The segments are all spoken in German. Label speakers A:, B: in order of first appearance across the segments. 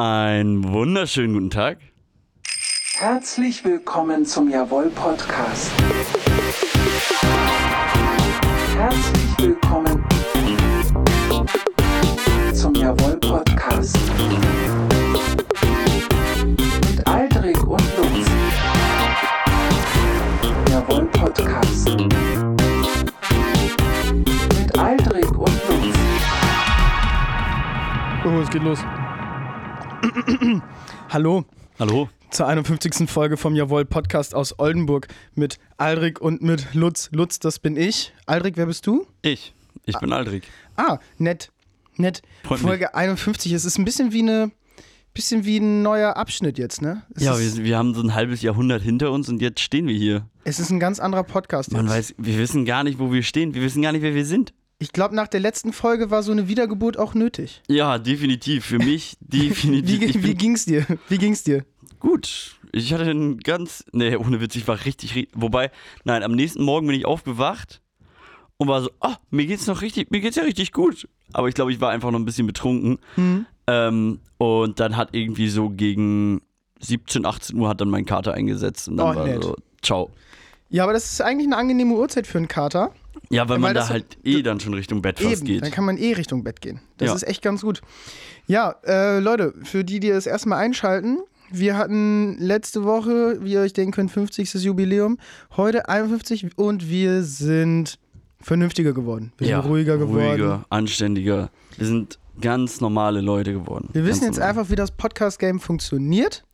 A: Einen wunderschönen guten Tag.
B: Herzlich willkommen zum Jawohl Podcast. Herzlich willkommen zum Jawohl Podcast. Mit Aldrich und Lutz. Jawohl Podcast. Mit Aldrich und Lutz.
C: Oh, es geht los. Hallo
A: Hallo.
C: zur 51. Folge vom Jawohl Podcast aus Oldenburg mit Aldrich und mit Lutz. Lutz, das bin ich. Aldrich, wer bist du?
A: Ich. Ich bin Aldrich.
C: Ah, nett. Nett.
A: Freut mich.
C: Folge 51. Es ist ein bisschen wie eine bisschen wie ein neuer Abschnitt jetzt, ne? Es
A: Ja,
C: ist,
A: wir, wir haben so ein halbes Jahrhundert hinter uns und jetzt stehen wir hier.
C: es ist ein ganz anderer Podcast
A: Man
C: jetzt.
A: weiß, wir wissen gar nicht, wo wir stehen. Wir wissen gar nicht, wer wir sind.
C: Ich glaube, nach der letzten Folge war so eine Wiedergeburt auch nötig.
A: Ja, definitiv. Für mich
C: Wie,
A: definitiv.
C: ge-
A: ich
C: wie
A: bin
C: ging's dir? Wie ging's dir?
A: gut. Ich hatte einen ganz. Nee, ohne Witz, ich war richtig. ri- Wobei, nein, am nächsten Morgen bin ich aufgewacht und war so, oh, mir geht's noch richtig, mir geht's ja richtig gut. Aber ich glaube, ich war einfach noch ein bisschen betrunken.
C: Hm.
A: Ähm, und dann hat irgendwie so gegen 17, 18 Uhr hat dann mein Kater eingesetzt und dann
C: Oh,
A: war
C: nett.
A: so, ciao.
C: Ja, aber das ist eigentlich eine angenehme Uhrzeit für einen Kater.
A: Ja, weil man
C: weil
A: da
C: das-
A: halt eh dann schon Richtung Bett fast
C: Eben,
A: geht.
C: dann kann man eh Richtung Bett gehen. Das
A: Ja.
C: ist echt ganz gut. Ja, äh, Leute, für die, die das erstmal einschalten, wir hatten letzte Woche, wie ihr euch denken könnt, 50. Jubiläum, heute 51 und wir sind vernünftiger geworden. Wir
A: ja,
C: sind ruhiger geworden.
A: Ruhiger, anständiger. Wir sind ganz normale Leute geworden.
C: Wir wissen
A: ganz
C: jetzt
A: normal.
C: einfach, wie das Podcast-Game funktioniert.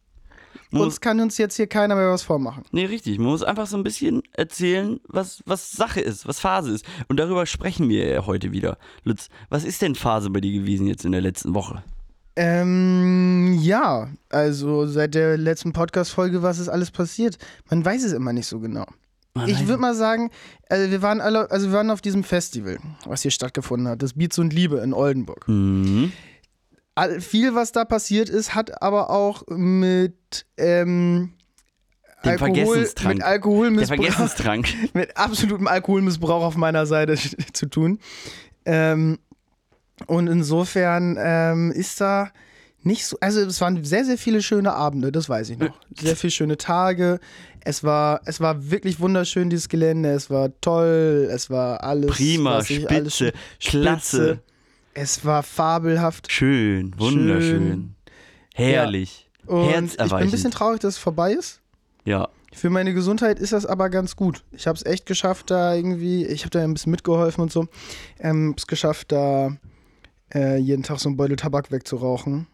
A: Man
C: Uns kann uns jetzt hier keiner mehr was vormachen.
A: Nee, richtig. Man muss einfach so ein bisschen erzählen, was, was Sache ist, was Phase ist. Und darüber sprechen wir ja heute wieder. Lutz, was ist denn Phase bei dir gewesen jetzt in der letzten Woche?
C: Ähm, ja, also seit der letzten Podcast-Folge, was ist alles passiert? Man weiß es immer nicht so genau. Ich würde mal sagen, also wir, waren alle, also wir waren auf diesem Festival, was hier stattgefunden hat, das Beats und Liebe in Oldenburg.
A: Mhm.
C: All, viel, was da passiert ist, hat aber auch mit, ähm,
A: Den
C: Alkohol,
A: Vergessenstrank.
C: mit
A: der
C: Alkoholmissbrauch,
A: Vergessenstrank.
C: mit absolutem Alkoholmissbrauch auf meiner Seite zu tun. Ähm, und insofern ähm, ist da nicht so, also es waren sehr, sehr viele schöne Abende, das weiß ich noch.
A: Äh.
C: Sehr viele schöne Tage. Es war, es war wirklich wunderschön, dieses Gelände. Es war toll, es war alles.
A: Prima,
C: was ich
A: spitze,
C: alles-
A: klasse.
C: Es war fabelhaft.
A: Schön, wunderschön.
C: Schön.
A: Herrlich.
C: Und ich bin ein
A: Herzerweichend.
C: bisschen traurig, dass es vorbei ist.
A: ja.
C: Für meine Gesundheit ist das aber ganz gut. Ich habe es echt geschafft, da irgendwie, ich habe da ein bisschen mitgeholfen und so. Ähm, hab's geschafft, da äh, jeden Tag so einen Beutel Tabak wegzurauchen.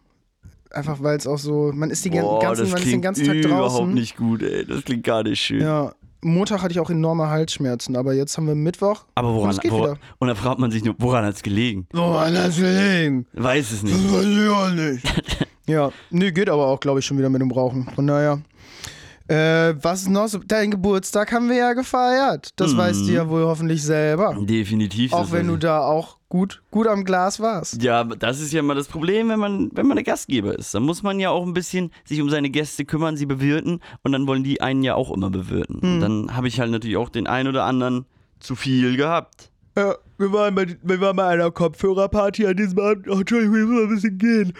C: Einfach weil es auch so, man ist, die gan-
A: Boah,
C: ganzen,
A: das
C: man ist den
A: klingt
C: ganzen Tag
A: überhaupt
C: draußen.
A: nicht gut, ey. Das klingt gar nicht schön.
C: Ja, Montag hatte ich auch enorme Halsschmerzen, aber jetzt haben wir Mittwoch.
A: Aber
C: und
A: woran,
C: es geht
A: woran
C: wieder.
A: und da fragt man sich nur, woran hat's gelegen?
C: Oh, anders gelegen.
A: Weiß es
C: Das
A: nicht.
C: weiß ich auch nicht. ja, nee, geht aber auch, glaube ich, schon wieder mit dem Rauchen. Von daher. Äh, was noch? so- Dein Geburtstag haben wir ja gefeiert. Das weißt du ja wohl hoffentlich selber.
A: Definitiv. das
C: Auch wenn
A: weiß
C: du
A: ich.
C: da auch gut, gut am Glas warst.
A: Ja, aber das ist ja mal das Problem, wenn man, wenn man der Gastgeber ist. Dann muss man ja auch ein bisschen sich um seine Gäste kümmern, sie bewirten und dann wollen die einen ja auch immer bewirten.
C: Hm.
A: Und dann habe ich halt natürlich auch den einen oder anderen zu viel gehabt.
C: Ja, wir waren bei, wir waren bei einer Kopfhörerparty an diesem Abend. Oh, Entschuldigung, wir müssen ein bisschen gehen.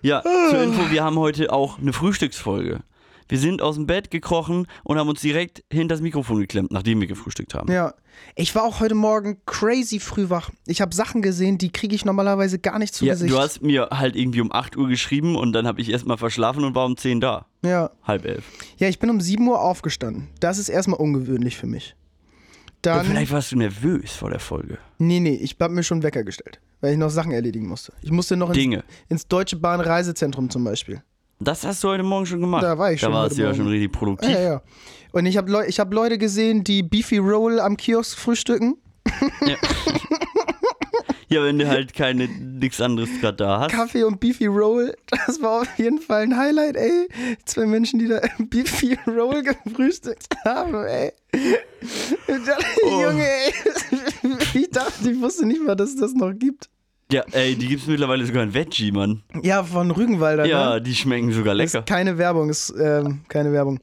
A: Ja, zur Info, wir haben heute auch eine Frühstücksfolge. Wir sind aus dem Bett gekrochen und haben uns direkt hinter das Mikrofon geklemmt, nachdem wir gefrühstückt haben.
C: Ja. Ich war auch heute Morgen crazy früh wach. Ich habe Sachen gesehen, die kriege ich normalerweise gar nicht zu
A: Ja,
C: Gesicht.
A: du hast mir halt irgendwie um 8 Uhr geschrieben und dann habe ich erstmal verschlafen und war um 10 da.
C: ja.
A: Halb elf.
C: ja, ich bin um 7 Uhr aufgestanden. Das ist erstmal ungewöhnlich für mich.
A: Ja,
C: Dann.
A: vielleicht warst du nervös vor der Folge.
C: Nee, nee, ich hab mir schon einen Wecker gestellt, weil ich noch Sachen erledigen musste. Ich musste noch ins,
A: Dinge.
C: ins Deutsche Bahn Reisezentrum zum Beispiel.
A: Das hast du heute Morgen schon gemacht.
C: Da war ich schon
A: Da warst
C: heute
A: du ja
C: Morgen.
A: schon richtig produktiv.
C: Ah, Ja, ja. Und ich habe Leu ich hab Leute gesehen, die Beefy Roll am Kiosk frühstücken.
A: Ja, wenn du halt keine nix anderes gerade da hast.
C: Kaffee und Beefy Roll, das war auf jeden Fall ein Highlight, ey. Zwei Menschen, die da Beefy Roll gefrühstückt haben, ey. Und dann, Junge, ey. Ich dachte, ich wusste nicht mal, dass es das noch gibt.
A: Ja, ey, die gibt's mittlerweile sogar in Veggie, Mann.
C: Ja, von Rügenwalder, ne?
A: Ja, die schmecken sogar lecker.
C: Ist keine Werbung, ist ähm, keine Werbung.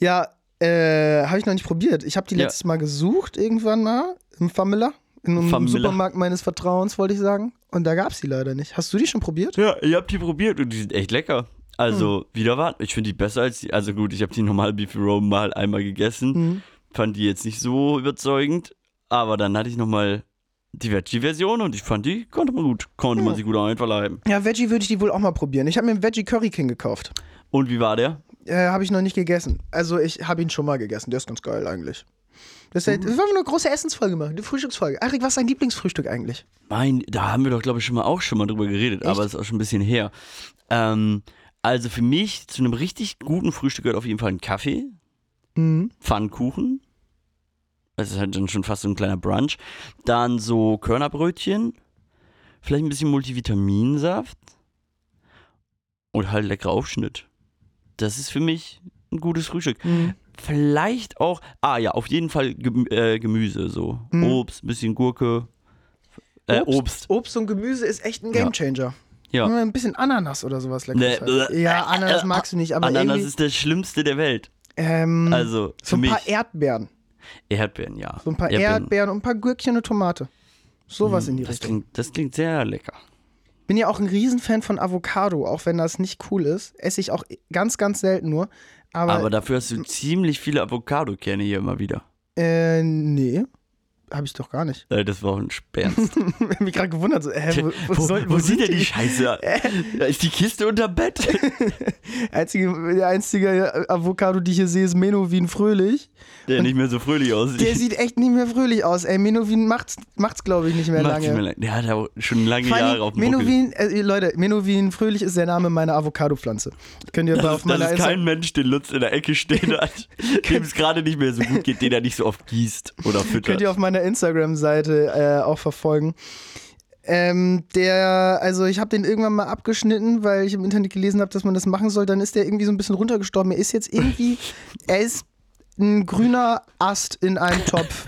C: Ja, äh, habe ich noch nicht probiert. Ich habe die
A: Ja.
C: letztes Mal gesucht, irgendwann mal, im Famila. In einem
A: Familla.
C: Supermarkt meines Vertrauens, wollte ich sagen. Und da gab es die leider nicht. Hast du die schon probiert?
A: Ja, ich hab die probiert und die sind echt lecker. Also,
C: Hm.
A: wieder war, ich finde die besser als die. Also gut, ich habe die normale Beefy Rome mal einmal gegessen.
C: Mhm.
A: Fand die jetzt nicht so überzeugend. Aber dann hatte ich nochmal die Veggie-Version und ich fand die, konnte man gut, konnte man sie gut einverleiben.
C: Ja, Veggie würde ich die wohl auch mal probieren. Ich habe mir einen Veggie Curry King gekauft.
A: Und wie war der?
C: Äh, habe ich noch nicht gegessen. Also ich habe ihn schon mal gegessen. Der ist ganz geil eigentlich. Das wär, Wir wollen eine große Essensfolge machen, eine Frühstücksfolge. Arik, was ist dein Lieblingsfrühstück eigentlich?
A: Mein, da haben wir doch, glaube ich, schon mal auch schon mal drüber geredet, aber ist auch schon ein bisschen her. Ähm, also für mich zu einem richtig guten Frühstück gehört auf jeden Fall ein Kaffee, Mhm. Pfannkuchen. Das ist halt dann schon fast so ein kleiner Brunch. Dann so Körnerbrötchen, vielleicht ein bisschen Multivitaminsaft und halt leckerer Aufschnitt. Das ist für mich ein gutes Frühstück.
C: Mhm.
A: Vielleicht auch, ah ja, auf jeden Fall Gemü äh, Gemüse, so
C: Mhm.
A: Obst, ein bisschen Gurke, äh, Obst.
C: Obst und Gemüse ist echt ein Gamechanger.
A: Ja.
C: Nur Ein bisschen Ananas oder sowas
A: Nee,
C: leckeres. halt.
A: bleh.
C: Ja, Ananas magst du nicht, aber
A: Ananas
C: irgendwie,
A: ist der schlimmste der Welt.
C: ähm,
A: Also
C: so
A: für
C: ein
A: mich
C: paar Erdbeeren.
A: Erdbeeren, ja.
C: So ein paar Erdbeeren und ein paar Gürkchen und Tomate. Sowas in die
A: Das
C: Richtung.
A: klingt, das klingt sehr lecker.
C: Bin ja auch ein Riesenfan von Avocado, auch wenn das nicht cool ist. Esse ich auch ganz, ganz selten nur. Aber,
A: Aber dafür hast du ziemlich viele Avocado-Kerne hier immer wieder.
C: äh, nee, habe ich doch gar nicht.
A: Äh, Das war ein Sperrst.
C: Ich hab mich gerade gewundert, so, hä, wo, wo, Äh?
A: wo,
C: soll-
A: wo, sieht denn die Scheiße? Da ist die Kiste unterm Bett.
C: Einzige, der einzige Avocado, die ich hier sehe, ist Menowin Fröhlich.
A: Der nicht mehr so fröhlich aussieht.
C: Der sieht echt nicht mehr fröhlich aus. Ey, Menowin macht's, macht's glaube ich, nicht mehr
A: Macht nicht
C: lange.
A: mehr lang. Der hat auch schon lange
C: Vor allem
A: Jahre auf dem Buckel.
C: Menowin, äh, Leute, Menowin Fröhlich ist der Name meiner Avocado-Pflanze. Könnt ihr mal
A: Das
C: auf
A: ist, das
C: meiner
A: ist Also, kein Mensch, den Lutz in der Ecke stehen hat, dem es gerade nicht mehr so gut geht, den er nicht so oft gießt oder
C: Könnt
A: füttert.
C: ihr auf meiner Instagram-Seite äh, auch verfolgen. Ähm, der, also ich habe den irgendwann mal abgeschnitten, weil ich im Internet gelesen habe, dass man das machen soll. Dann ist der irgendwie so ein bisschen runtergestorben. Er ist jetzt irgendwie, er ist ein grüner Ast in einem Topf.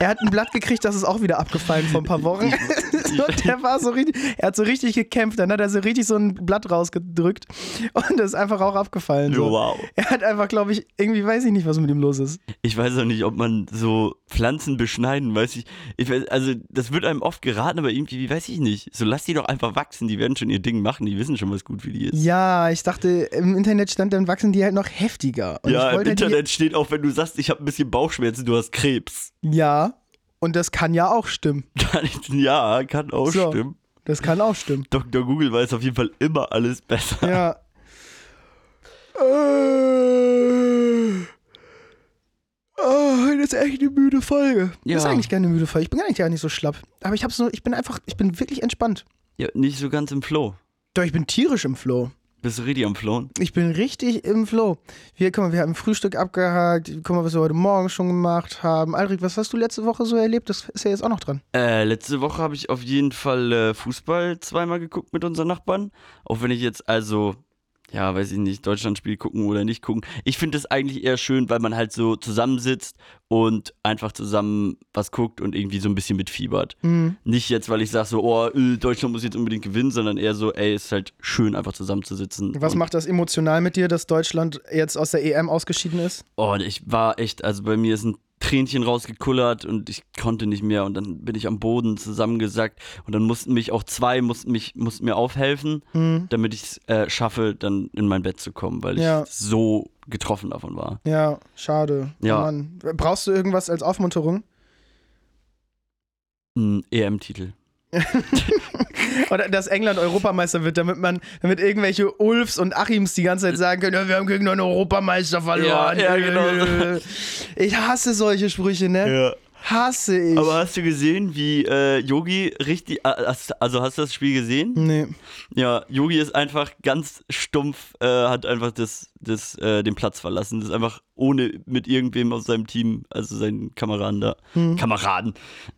C: er hat ein Blatt gekriegt, das ist auch wieder abgefallen vor ein paar Wochen. und der war so richtig, er hat so richtig gekämpft. Dann hat er so richtig so ein Blatt rausgedrückt und das ist einfach auch abgefallen. So.
A: Wow.
C: Er hat einfach, glaube ich, irgendwie weiß ich nicht, was mit ihm los ist.
A: Ich weiß auch nicht, ob man so Pflanzen beschneiden, weiß ich. ich weiß, also, das wird einem oft geraten, aber irgendwie, wie weiß ich nicht. So lass die doch einfach wachsen, die werden schon ihr Ding machen, die wissen schon, was gut für die ist.
C: Ja, ich dachte, im Internet stand, dann wachsen die halt noch heftiger. Und
A: ja,
C: ich
A: im
C: wollte die-
A: Internet steht auch, wenn du sagst, ich habe ein bisschen Bauchschmerzen, du hast Krebs.
C: Ja, und das kann ja auch stimmen.
A: Kann ich, ja, kann auch
C: So.
A: stimmen.
C: Das kann auch stimmen.
A: Dr. Google weiß auf jeden Fall immer alles besser.
C: Ja. Äh. Oh, heute ist echt eine müde Folge.
A: Ja.
C: Das ist eigentlich keine müde Folge. Ich bin gar nicht, gar nicht so schlapp. Aber ich hab's nur, ich bin einfach, ich bin wirklich entspannt.
A: Ja, nicht so ganz im Flow.
C: Doch, ich bin tierisch im Flow.
A: Bist du richtig am Flowen?
C: Ich bin richtig im Flow. Wir, guck mal, wir haben Frühstück abgehakt. Guck mal, was wir heute Morgen schon gemacht haben. Aldrich, was hast du letzte Woche so erlebt? Das ist ja jetzt auch noch dran.
A: Äh, letzte Woche habe ich auf jeden Fall äh, Fußball zweimal geguckt mit unseren Nachbarn. Auch wenn ich jetzt also, ja, weiß ich nicht, Deutschlandspiel gucken oder nicht gucken. Ich finde es eigentlich eher schön, weil man halt so zusammensitzt und einfach zusammen was guckt und irgendwie so ein bisschen mitfiebert. Nicht jetzt, weil ich sage so, oh, äh, Deutschland muss jetzt unbedingt gewinnen, sondern eher so, ey, ist halt schön, einfach zusammenzusitzen.
C: Was
A: und,
C: macht das emotional mit dir, dass Deutschland jetzt aus der EM ausgeschieden ist?
A: Oh, ich war echt, also bei mir ist ein Tränchen rausgekullert und ich konnte nicht mehr und dann bin ich am Boden zusammengesackt und dann mussten mich auch zwei, mussten, mich, mussten mir aufhelfen, damit ich es äh, schaffe, dann in mein Bett zu kommen, weil
C: Ja.
A: ich so getroffen davon war.
C: Ja, schade.
A: Ja.
C: Mann. Brauchst du irgendwas als Aufmunterung?
A: Ein EM-Titel.
C: Oder dass England Europameister wird, damit man, damit irgendwelche Ulfs und Achims die ganze Zeit sagen können, ja, wir haben gegen einen Europameister verloren.
A: Ja, ja, genau.
C: Ich hasse solche Sprüche, ne? Hasse ich.
A: Aber hast du gesehen, wie äh, Yogi richtig, äh, hast- also hast du das Spiel gesehen?
C: nee.
A: Ja, Yogi ist einfach ganz stumpf, äh, hat einfach das, das, äh, den Platz verlassen. Das ist einfach ohne mit irgendwem aus seinem Team, also seinen Kameraden da, Kameraden,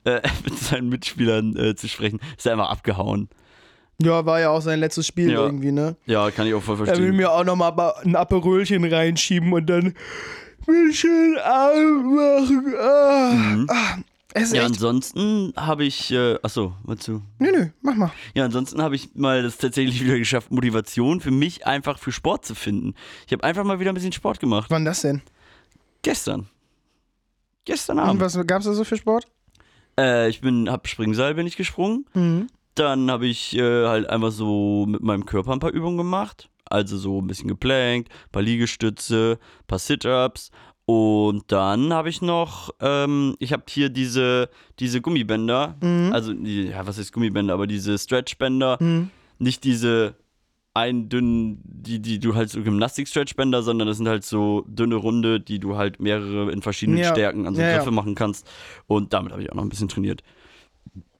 A: äh, mit seinen Mitspielern äh, zu sprechen. Ist einfach abgehauen.
C: Ja, war ja auch sein letztes Spiel
A: Ja.
C: irgendwie, ne?
A: Ja, kann ich auch voll
C: Er will
A: verstehen.
C: mir auch nochmal ein Aperölchen reinschieben und dann mich schön anmachen. Ah. Ah. Es ist
A: Mhm. Ja,
C: echt
A: ansonsten habe ich, äh, achso, wolltest du?
C: Nö, nö, mach mal.
A: Ja, ansonsten habe ich mal das tatsächlich wieder geschafft, Motivation für mich einfach für Sport zu finden. Ich habe einfach mal wieder ein bisschen Sport gemacht.
C: Wann das denn?
A: Gestern. Gestern
C: Und
A: Abend.
C: was gab's da so für Sport?
A: Äh, ich bin, hab Springseil bin ich gesprungen.
C: Mhm.
A: Dann habe ich äh, halt einfach so mit meinem Körper ein paar Übungen gemacht. Also so ein bisschen geplankt, ein paar Liegestütze, ein paar Sit-Ups. Und dann habe ich noch, ähm, ich habe hier diese, diese Gummibänder,
C: Mhm.
A: also die, ja, was ist Gummibänder, aber diese Stretchbänder, nicht diese einen dünnen, die, die du halt so Gymnastik-Stretchbänder, sondern das sind halt so dünne Runde, die du halt mehrere in verschiedenen
C: Ja.
A: Stärken, also
C: Ja, ja.
A: Griffe machen kannst. Und damit habe ich auch noch ein bisschen trainiert.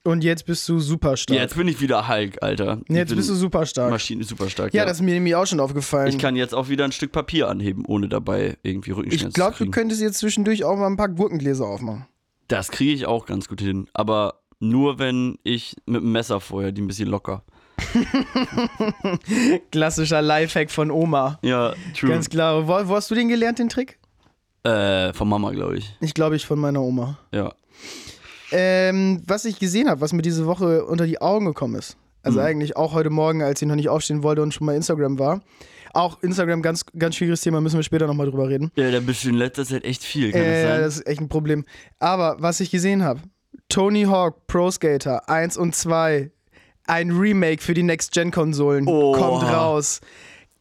C: Und jetzt bist du super stark.
A: Jetzt bin ich wieder Hulk, Alter. Ich
C: Jetzt
A: bin
C: bist du super stark.
A: Maschine super stark.
C: ja, das ist mir nämlich auch schon aufgefallen.
A: ich kann jetzt auch wieder ein Stück Papier anheben, ohne dabei irgendwie Rückenschmerzen
C: ich glaube,
A: zu
C: du
A: kriegen.
C: könntest jetzt zwischendurch auch mal ein paar Gurkengläser aufmachen.
A: das kriege ich auch ganz gut hin, aber nur wenn ich mit dem Messer vorher die ein bisschen locker.
C: Klassischer Lifehack von Oma.
A: Ja, true.
C: Ganz klar. Wo, wo hast du den gelernt, den Trick?
A: äh, von Mama, glaube ich.
C: Ich glaube, ich von meiner Oma.
A: Ja.
C: Ähm, was ich gesehen habe, was mir diese Woche unter die Augen gekommen ist. Also
A: Mhm.
C: eigentlich auch heute Morgen, als ich noch nicht aufstehen wollte und schon mal Instagram war. Auch Instagram, ganz, ganz schwieriges Thema, müssen wir später nochmal drüber reden.
A: Ja, da bist du in letzter Zeit echt viel, kann
C: Äh,
A: das sein?
C: das ist echt ein Problem. Aber was ich gesehen habe, Tony Hawk Pro Skater 1 und 2, ein Remake für die Next-Gen-Konsolen,
A: Oh.
C: kommt raus.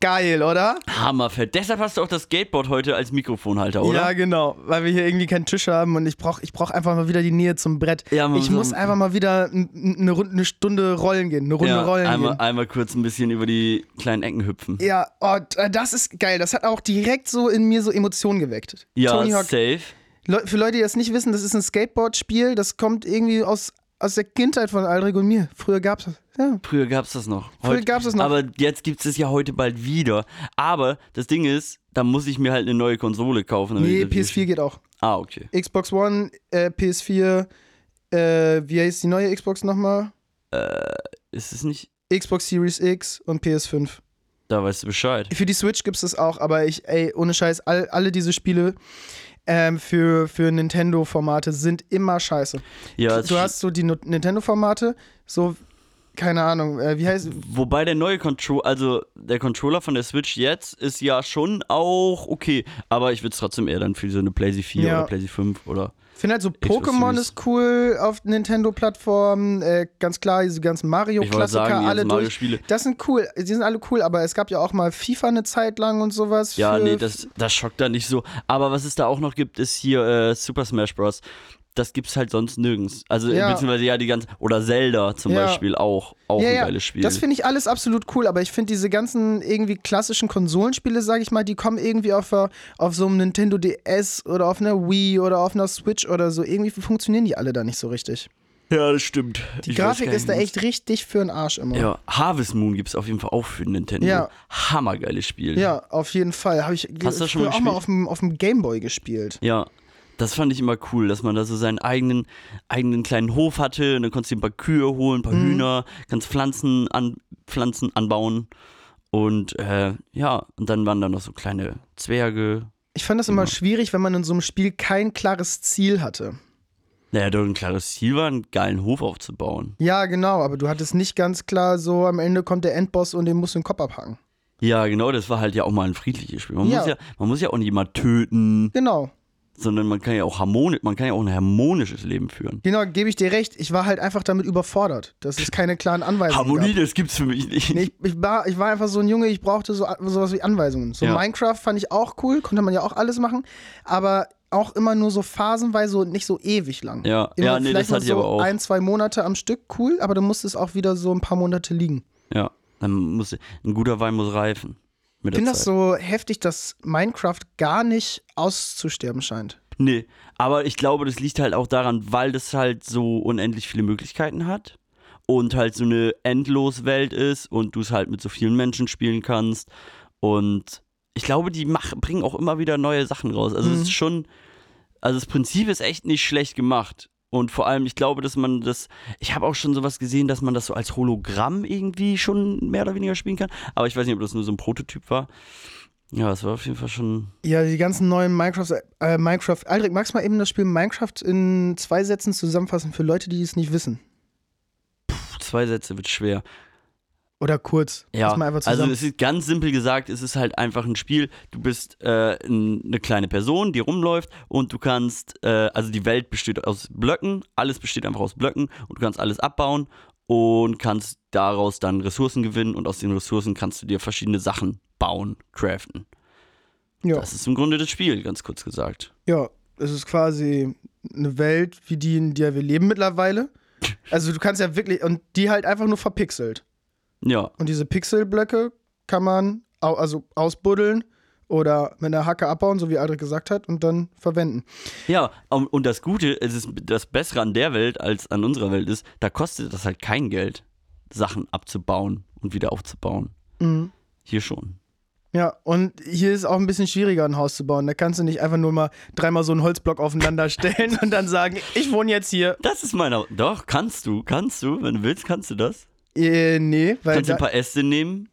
C: Geil, oder?
A: Hammerfett. Deshalb hast du auch das Skateboard heute als Mikrofonhalter, oder?
C: Ja, genau, weil wir hier irgendwie keinen Tisch haben und ich brauche ich brauch einfach mal wieder die Nähe zum Brett.
A: Ja, man
C: ich
A: muss-
C: muss einfach mal wieder n- n- eine, Runde, eine Stunde rollen gehen, eine Runde
A: Ja,
C: rollen
A: einmal,
C: gehen.
A: einmal kurz ein bisschen über die kleinen Ecken hüpfen.
C: Ja, oh, d- das ist geil. Das hat auch direkt so in mir so Emotionen geweckt.
A: Ja,
C: Tony Hawk
A: safe.
C: Leu- für Leute, die das nicht wissen, das ist ein Skateboard-Spiel, das kommt irgendwie aus, aus der Kindheit von Aldrich und mir. Früher gab's das. Ja.
A: Früher gab's das noch.
C: Früher gab's das noch.
A: Aber jetzt gibt's es ja heute bald wieder. Aber das Ding ist, da muss ich mir halt eine neue Konsole kaufen. damit
C: Nee,
A: ich das
C: PS4
A: Spiel-
C: geht auch.
A: Ah, okay.
C: Xbox One, äh, PS4, äh, wie heißt die neue Xbox nochmal?
A: Ist es nicht?
C: Xbox Series X und PS5.
A: Da weißt du Bescheid.
C: Für die Switch gibt's das auch, aber ich, ey, ohne Scheiß, all, alle diese Spiele ähm, für, für Nintendo-Formate sind immer scheiße.
A: Ja, es-
C: du hast so die No- Nintendo-Formate, so, keine Ahnung, äh, wie heißt,
A: Wobei der neue Controller, also der Controller von der Switch jetzt ist ja schon auch okay. Aber ich würde es trotzdem eher dann für so eine PlayStation 4
C: Ja.
A: oder PlayStation 5 oder.
C: finde halt so
A: Xbox
C: Pokémon
A: Series.
C: ist cool auf Nintendo-Plattformen, äh, ganz klar, diese ganzen
A: Ich wollte
C: Mario-Klassiker,
A: sagen, die
C: alle
A: ganzen
C: durch.
A: Mario-Spiele.
C: Das sind cool, die sind alle cool, aber es gab ja auch mal FIFA eine Zeit lang und sowas.
A: Ja,
C: für,
A: nee, das, das schockt da nicht so. Aber was es da auch noch gibt, ist hier äh, Super Smash Bros. Das gibt's halt sonst nirgends. Also,
C: Ja.
A: beziehungsweise ja, die ganzen. Oder Zelda zum
C: Ja.
A: Beispiel auch. Auch
C: ja,
A: ein
C: ja,
A: geiles Spiel.
C: Das finde ich alles absolut cool, aber ich finde diese ganzen irgendwie klassischen Konsolenspiele, sage ich mal, die kommen irgendwie auf, der- auf so einem Nintendo DS oder auf einer Wii oder auf einer Switch oder so. Irgendwie funktionieren die alle da nicht so richtig.
A: ja, das stimmt.
C: Die Grafik ist da echt richtig für den Arsch immer.
A: Ja, Harvest Moon gibt's auf jeden Fall auch für Nintendo.
C: Ja.
A: Hammergeiles Spiel.
C: Ja, auf jeden Fall. Habe ich
A: Hast du das schon mal
C: früher auch
A: gespielt?
C: mal auf dem, auf dem Gameboy gespielt.
A: Ja, das fand ich immer cool, dass man da so seinen eigenen, eigenen kleinen Hof hatte und dann konntest du ein paar Kühe holen, ein paar
C: Mhm.
A: Hühner, kannst Pflanzen, an, Pflanzen anbauen. Und äh, ja, und dann waren da noch so kleine Zwerge.
C: Ich fand das immer
A: Genau.
C: schwierig, wenn man in so einem Spiel kein klares Ziel hatte.
A: Naja, doch ein klares Ziel war, einen geilen Hof aufzubauen.
C: Ja, genau, aber du hattest nicht ganz klar so, am Ende kommt der Endboss und den musst du den Kopf abhacken.
A: Ja, genau, das war halt ja auch mal ein friedliches Spiel. Man,
C: Ja.
A: Muss, ja, man muss ja auch nicht immer töten,
C: Genau.
A: sondern man kann ja auch harmonisch, man kann ja auch ein harmonisches Leben führen.
C: Genau, gebe ich dir recht. Ich war halt einfach damit überfordert, dass es keine klaren Anweisungen
A: Harmonie,
C: gab.
A: das gibt's für mich nicht.
C: Nee, ich, ich, war, ich war einfach so ein Junge, ich brauchte so, sowas wie Anweisungen. So
A: Ja.
C: Minecraft fand ich auch cool, konnte man ja auch alles machen, aber auch immer nur so phasenweise und nicht so ewig lang.
A: Ja.
C: immer
A: Ja, nee,
C: vielleicht
A: das hatte
C: mal
A: ich
C: so
A: aber auch.
C: ein, zwei Monate am Stück, cool, aber du musstest auch wieder so ein paar Monate liegen.
A: Ja, dann muss, ein guter Wein muss reifen. Mit
C: Ich
A: der
C: finde
A: Zeit.
C: das so heftig, dass Minecraft gar nicht auszusterben scheint.
A: Nee, aber ich glaube, das liegt halt auch daran, weil das halt so unendlich viele Möglichkeiten hat und halt so eine endlos Welt ist und du es halt mit so vielen Menschen spielen kannst und ich glaube, die mach, bringen auch immer wieder neue Sachen raus. Also es ist schon also das Prinzip ist echt nicht schlecht gemacht. Und vor allem, ich glaube, dass man das, ich habe auch schon sowas gesehen, dass man das so als Hologramm irgendwie schon mehr oder weniger spielen kann. Aber ich weiß nicht, ob das nur so ein Prototyp war. Ja, es war auf jeden Fall schon
C: Ja, die ganzen neuen Minecraft, äh, Minecraft. Aldrich, magst du mal eben das Spiel Minecraft in zwei Sätzen zusammenfassen für Leute, die es nicht wissen?
A: Zwei Sätze wird schwer.
C: Oder kurz.
A: Ja,
C: Fass mal einfach
A: also
C: zusammen.
A: es ist ganz simpel gesagt, es ist halt einfach ein Spiel. Du bist äh, n- eine kleine Person, die rumläuft und du kannst, äh, also die Welt besteht aus Blöcken, alles besteht einfach aus Blöcken und du kannst alles abbauen und kannst daraus dann Ressourcen gewinnen und aus den Ressourcen kannst du dir verschiedene Sachen bauen, craften.
C: ja.
A: Das ist im Grunde das Spiel, ganz kurz gesagt.
C: Ja, es ist quasi eine Welt wie die, in der wir leben mittlerweile. Also du kannst ja wirklich, und die halt einfach nur verpixelt.
A: Ja,
C: Und diese Pixelblöcke kann man au also ausbuddeln oder mit einer Hacke abbauen, so wie Aldrich gesagt hat, und dann verwenden.
A: ja um, und das Gute, es ist das Bessere an der Welt als an unserer Welt ist, da kostet das halt kein Geld, Sachen abzubauen und wieder aufzubauen.
C: Mhm.
A: Hier schon.
C: Ja, und hier ist auch ein bisschen schwieriger, ein Haus zu bauen. Da kannst du nicht einfach nur mal dreimal so einen Holzblock aufeinander stellen und dann sagen, ich wohne jetzt hier.
A: Das ist meine. Au- Doch, kannst du, kannst du. Wenn du willst, kannst du das.
C: Äh, nee, weil
A: kannst du ein
C: da,
A: paar Äste nehmen,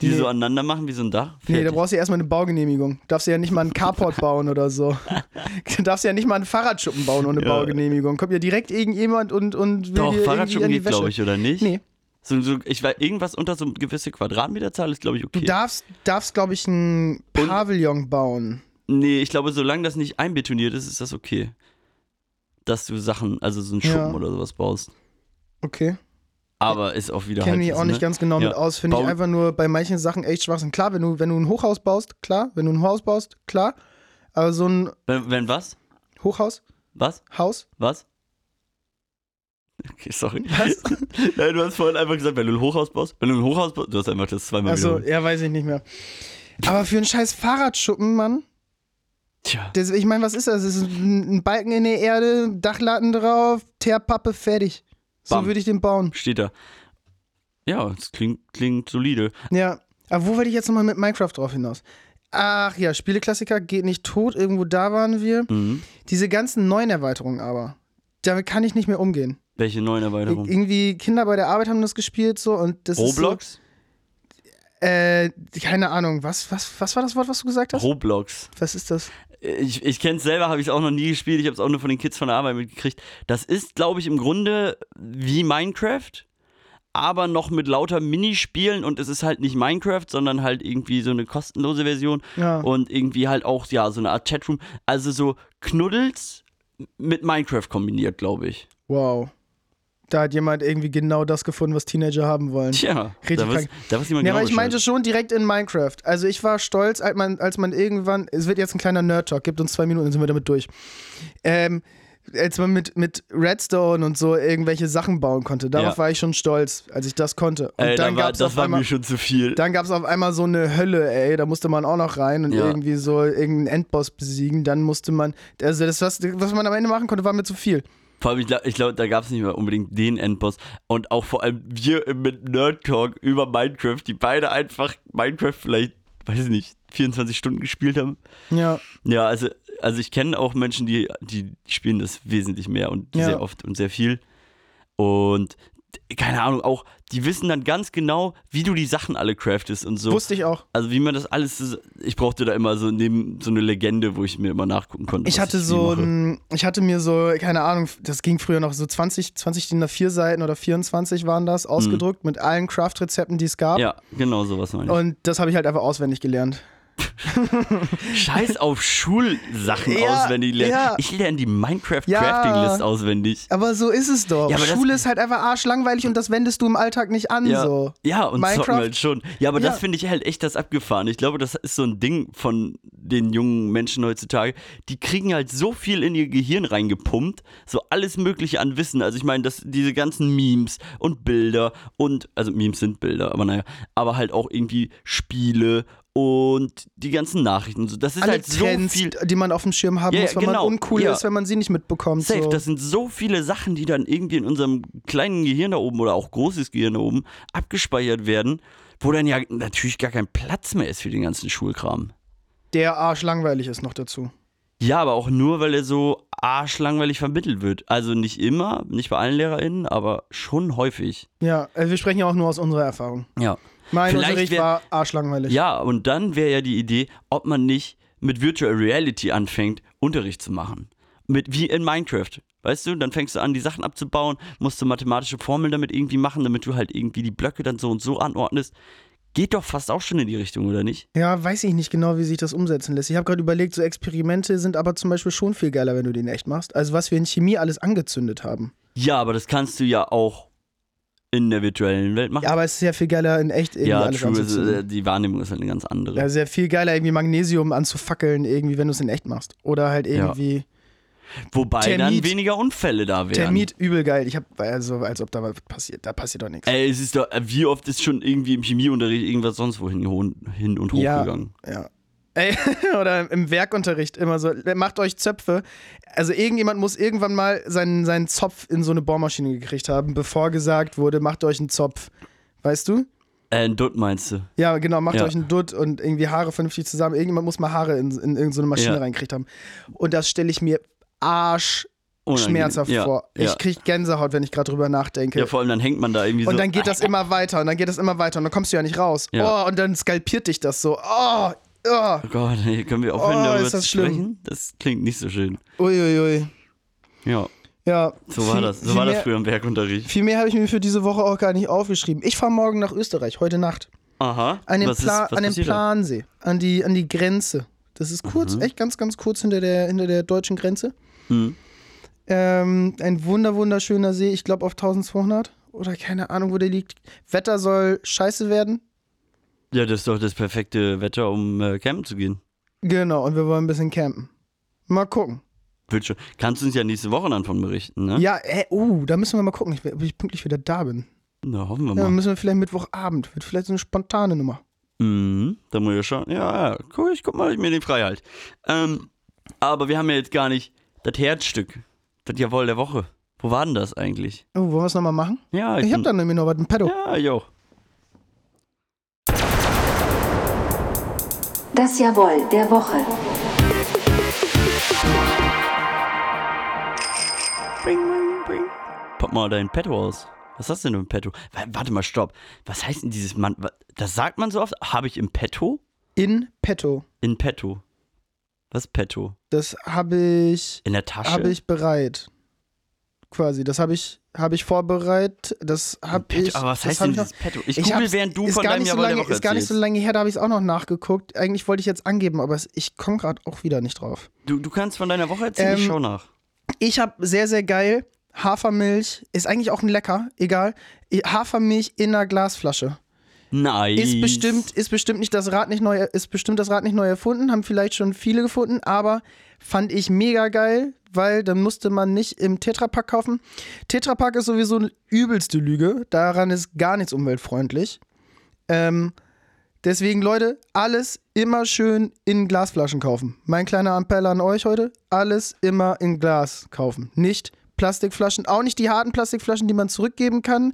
A: die
C: Nee.
A: so aneinander machen wie so ein Dach.
C: Nee, da
A: Fertig.
C: brauchst du ja erstmal eine Baugenehmigung. Darfst du ja nicht mal einen Carport bauen oder so. Darfst du ja nicht mal einen Fahrradschuppen bauen ohne
A: Ja.
C: Baugenehmigung. Kommt ja direkt irgendjemand und, und will
A: Doch,
C: dir irgendwie
A: Fahrradschuppen
C: an die
A: geht,
C: Wäsche.
A: glaube ich, oder nicht?
C: Nee,
A: So, so, ich war irgendwas unter so eine gewisse Quadratmeterzahl ist, glaube ich,
C: du
A: okay.
C: darfst, darfst glaube ich, einen Pavillon bauen.
A: nee, ich glaube, solange das nicht einbetoniert ist, ist das okay. Dass du Sachen, also so einen
C: Ja.
A: Schuppen oder sowas baust.
C: Okay.
A: Aber ist auch wieder
C: Kenne mich
A: Halbwissen,
C: auch nicht
A: ne?
C: ganz genau
A: Ja.
C: mit aus. Finde ich
A: Bau-
C: einfach nur bei manchen Sachen echt Schwachsinn. Klar, wenn du, wenn du ein Hochhaus baust, klar. Wenn du ein Haus baust, klar. Aber so ein
A: Wenn, wenn was?
C: Hochhaus,
A: Was?
C: Haus,
A: Was? Okay, sorry.
C: was?
A: Nein, du hast vorhin einfach gesagt, wenn du ein Hochhaus baust, wenn du ein Hochhaus baust, du hast einfach das zweimal
C: Achso,
A: wiederholt.
C: also, ja, weiß ich nicht mehr. Aber für einen scheiß Fahrradschuppen, Mann.
A: Tja.
C: Das, ich meine, was ist das? Das ist ein ein Balken in der Erde, Dachlatten drauf, Teerpappe, fertig. So
A: Bam.
C: würde ich den bauen.
A: steht da. Ja, das klingt, klingt solide.
C: Ja. Aber wo wollte ich jetzt nochmal mit Minecraft drauf hinaus? Ach ja, Spieleklassiker geht nicht tot, irgendwo da waren wir.
A: Mhm.
C: Diese ganzen neuen Erweiterungen aber, damit kann ich nicht mehr umgehen.
A: Welche neuen
C: Ir-
A: Erweiterungen?
C: Irgendwie Kinder bei der Arbeit haben das gespielt so und das ist
A: Roblox?
C: so, äh, keine Ahnung, was, was, was war das Wort, was du gesagt hast?
A: Roblox.
C: was ist das?
A: Ich, ich kenne es selber, habe ich es auch noch nie gespielt. Ich habe es auch nur von den Kids von der Arbeit mitgekriegt. Das ist, glaube ich, im Grunde wie Minecraft, aber noch mit lauter Minispielen. Und es ist halt nicht Minecraft, sondern halt irgendwie so eine kostenlose Version.
C: Ja.
A: Und irgendwie halt auch, ja, so eine Art Chatroom. Also so Knuddels mit Minecraft kombiniert, glaube ich.
C: Wow. Da hat jemand irgendwie genau das gefunden, was Teenager haben wollen.
A: Tja,
C: Richtig
A: da weiß,
C: krank.
A: da weiß niemand
C: Ja,
A: genau
C: aber ich
A: Bescheid.
C: meinte schon direkt in Minecraft. Also ich war stolz, als man, als man irgendwann, es wird jetzt ein kleiner Nerd-Talk, gibt uns zwei Minuten, dann sind wir damit durch. Ähm, als man mit, mit Redstone und so irgendwelche Sachen bauen konnte, darauf
A: Ja.
C: war ich schon stolz, als ich das konnte. Und
A: Ey,
C: dann
A: da war,
C: gab es
A: das
C: auf
A: war
C: einmal...
A: mir schon zu viel.
C: Dann gab es auf einmal so eine Hölle, ey. Da musste man auch noch rein und
A: Ja.
C: irgendwie so irgendeinen Endboss besiegen. Dann musste man. Also, das, was, was man am Ende machen konnte, war mir zu viel.
A: Vor allem, ich glaube, glaub, da gab es nicht mehr unbedingt den Endboss. Und auch vor allem wir im- mit Nerd Talk über Minecraft, die beide einfach Minecraft vielleicht, weiß nicht, 24 Stunden gespielt haben.
C: Ja.
A: Ja, also, also ich kenne auch Menschen, die, die spielen das wesentlich mehr und
C: Ja.
A: sehr oft und sehr viel. Und keine Ahnung, auch die wissen dann ganz genau, wie du die Sachen alle craftest und so.
C: Wusste ich auch.
A: Also wie man das alles, ich brauchte da immer so neben so eine Legende, wo ich mir immer nachgucken konnte.
C: Ich
A: was
C: hatte
A: wie
C: so
A: mache.
C: ein, ich hatte mir so, keine Ahnung, das ging früher noch so 20, 20 DIN A4 Seiten oder 24 waren das, ausgedruckt mit allen Craft-Rezepten, die es gab.
A: Mhm. Ja, genau sowas meine ich.
C: Und das habe ich halt einfach auswendig gelernt.
A: Scheiß auf Schulsachen
C: Ja,
A: auswendig lernen.
C: ja.
A: Ich lerne die Minecraft
C: Ja.
A: Crafting List auswendig.
C: Aber so ist es doch.
A: Ja, aber das-
C: Schule ist halt einfach arschlangweilig und das wendest du im Alltag nicht an.
A: Ja,
C: Ähm, So.
A: ja und zocken
C: Minecraft-
A: halt schon. Ja, aber
C: Ja.
A: das finde ich halt echt das abgefahren. Ich glaube, das ist so ein Ding von den jungen Menschen heutzutage. Die kriegen halt so viel in ihr Gehirn reingepumpt, so alles Mögliche an Wissen. Also ich meine, dass diese ganzen Memes und Bilder und, also Memes sind Bilder, aber naja, aber halt auch irgendwie Spiele und die ganzen Nachrichten. und so. Das ist
C: Alle
A: halt so
C: Trends,
A: viel.
C: die man auf dem Schirm haben
A: Ja,
C: muss,
A: ja,
C: weil
A: genau.
C: man uncool
A: Ja.
C: ist, wenn man sie nicht mitbekommt.
A: Safe,
C: so.
A: das sind so viele Sachen, die dann irgendwie in unserem kleinen Gehirn da oben oder auch großes Gehirn da oben abgespeichert werden, wo dann ja natürlich gar kein Platz mehr ist für den ganzen Schulkram.
C: Der arschlangweilig ist noch dazu.
A: Ja, aber auch nur, weil er so arschlangweilig vermittelt wird. Also nicht immer, nicht bei allen LehrerInnen, aber schon häufig.
C: Ja, äh, wir sprechen ja auch nur aus unserer Erfahrung.
A: Ja.
C: Mein
A: Vielleicht
C: Unterricht
A: wär-
C: war arschlangweilig.
A: Ja, und dann wäre ja die Idee, ob man nicht mit Virtual Reality anfängt, Unterricht zu machen. mit wie in Minecraft. Weißt du, dann fängst du an, die Sachen abzubauen, musst du mathematische Formeln damit irgendwie machen, damit du halt irgendwie die Blöcke dann so und so anordnest. Geht doch fast auch schon in die Richtung, oder nicht?
C: Ja, weiß ich nicht genau, wie sich das umsetzen lässt. Ich habe gerade überlegt, so Experimente sind aber zum Beispiel schon viel geiler, wenn du den echt machst. Also was wir in Chemie alles angezündet haben.
A: Ja, aber das kannst du ja auch in der virtuellen Welt machen.
C: Ja, aber es ist ja viel geiler, in echt irgendwie
A: Ja,
C: alles
A: true, es,
C: anzuzünden.
A: äh, die Wahrnehmung ist halt eine ganz andere.
C: Ja, sehr viel geiler, irgendwie Magnesium anzufackeln, irgendwie, wenn du es in echt machst. Oder halt
A: Ja.
C: irgendwie
A: Wobei dann
C: Termit-
A: weniger Unfälle da wären.
C: Termit übel geil. Ich habe also, als ob da was passiert. Da passiert doch nichts.
A: Ey, es ist doch, wie oft ist schon irgendwie im Chemieunterricht irgendwas sonst wohin geho- hin und hoch
C: Ja.
A: gegangen?
C: Ja. Ey, oder im Werkunterricht immer so, macht euch Zöpfe. Also irgendjemand muss irgendwann mal seinen, seinen Zopf in so eine Bohrmaschine gekriegt haben, bevor gesagt wurde, macht euch einen Zopf. Weißt du?
A: Äh, ein Dutt meinst du?
C: Ja, genau, macht
A: Ja.
C: euch einen Dutt und irgendwie Haare vernünftig zusammen. Irgendjemand muss mal Haare in, in irgendeine Maschine
A: Ja.
C: reingekriegt haben. Und das stelle ich mir
A: Unangenehm.
C: arschschmerzhaft
A: ja,
C: vor.
A: Ja.
C: Ich krieg Gänsehaut, wenn ich gerade drüber nachdenke.
A: ja, vor allem dann hängt man da irgendwie so.
C: Und dann geht das immer weiter und dann geht das immer weiter und dann kommst du ja nicht raus.
A: Ja.
C: Oh, und dann skalpiert dich das so. Oh, oh.
A: Oh Gott, ey, können wir aufhören,
C: Oh,
A: darüber
C: ist das
A: zu
C: schlimm.
A: sprechen? Das klingt nicht so schön.
C: Uiuiui.
A: Ja,
C: Ja.
A: so war
C: viel-
A: das. So
C: viel
A: war das
C: mehr-
A: früher im Werkunterricht.
C: Viel mehr habe ich mir für diese Woche auch gar nicht aufgeschrieben. Ich fahre morgen nach Österreich, heute Nacht.
A: Aha.
C: An den,
A: was
C: Pla
A: ist, was
C: an den
A: passiert da? Mhm.
C: Plansee, an die, an die Grenze. Das ist kurz, echt ganz, ganz kurz hinter der, hinter der deutschen Grenze.
A: Hm.
C: Ähm, ein wunder, wunderschöner See, ich glaube auf 1200 oder keine Ahnung, wo der liegt. Wetter soll scheiße werden.
A: Ja, das ist doch das perfekte Wetter, um äh, campen zu gehen.
C: Genau, und wir wollen ein bisschen campen. Mal gucken.
A: Willst du, kannst du uns ja nächste Woche dann von berichten, ne?
C: Ja, äh, oh, da müssen wir mal gucken, ich- ob ich pünktlich wieder da bin.
A: Na, hoffen wir
C: Ja,
A: mal.
C: dann müssen wir vielleicht Mittwochabend, wird vielleicht so eine spontane Nummer.
A: Mhm, da muss ich ja schauen. Ja, ja, cool, ich guck mal, ob ich mir den frei halt. Ähm, aber wir haben ja jetzt gar nicht das Herzstück, das Jawohl der Woche. Wo war denn das eigentlich?
C: Oh, wollen wir es nochmal machen?
A: Ja,
C: Ich hab
A: bin-
C: da nämlich noch was im Pedo.
A: Ja, jo.
D: Das Jawohl der Woche.
A: Pack mal dein Petto aus. Was hast du denn im Petto? Wa- Warte mal, stopp. Was heißt denn dieses Mann? wa- Das sagt man so oft. Habe ich im Petto?
C: In petto.
A: In Petto. Was Petto?
C: Das habe ich,
A: In der Tasche?
C: habe ich bereit. Quasi, das habe ich, habe ich vorbereitet. Das habe
A: Petto,
C: ich.
A: aber was
C: das
A: heißt
C: hab
A: denn
C: ich noch-
A: dieses Petto? Ich,
C: Ich
A: google,
C: hab's-
A: während du
C: ist
A: von
C: gar
A: deinem
C: nicht so
A: Jawohl der
C: lange,
A: Woche
C: Ist gar nicht so
A: erzählst.
C: lange her, da habe ich es auch noch nachgeguckt. Eigentlich wollte ich jetzt angeben, aber es, ich komme gerade auch wieder nicht drauf.
A: Du, du kannst von deiner Woche erzählen, ich
C: Ähm,
A: schau nach.
C: Ich habe sehr, sehr geil Hafermilch. Ist eigentlich auch ein Lecker, egal. Hafermilch in einer Glasflasche.
A: Nein.
C: Ist bestimmt, ist bestimmt nicht das Rad nicht neu, ist bestimmt das Rad nicht neu erfunden, haben vielleicht schon viele gefunden, aber fand ich mega geil, weil dann musste man nicht im Tetrapack kaufen. Tetrapack ist sowieso eine übelste Lüge, daran ist gar nichts umweltfreundlich. Ähm, deswegen Leute, alles immer schön in Glasflaschen kaufen. Mein kleiner Appell an euch heute, alles immer in Glas kaufen, nicht Plastikflaschen, auch nicht die harten Plastikflaschen, die man zurückgeben kann,